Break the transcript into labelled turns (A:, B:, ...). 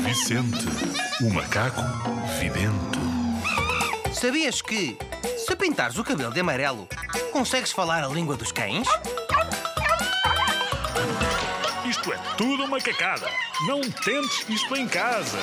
A: Vicente, o macaco vidente.
B: Sabias que, se pintares o cabelo de amarelo, consegues falar a língua dos cães?
C: Isto é tudo uma cacada. Não tentes isto em casa.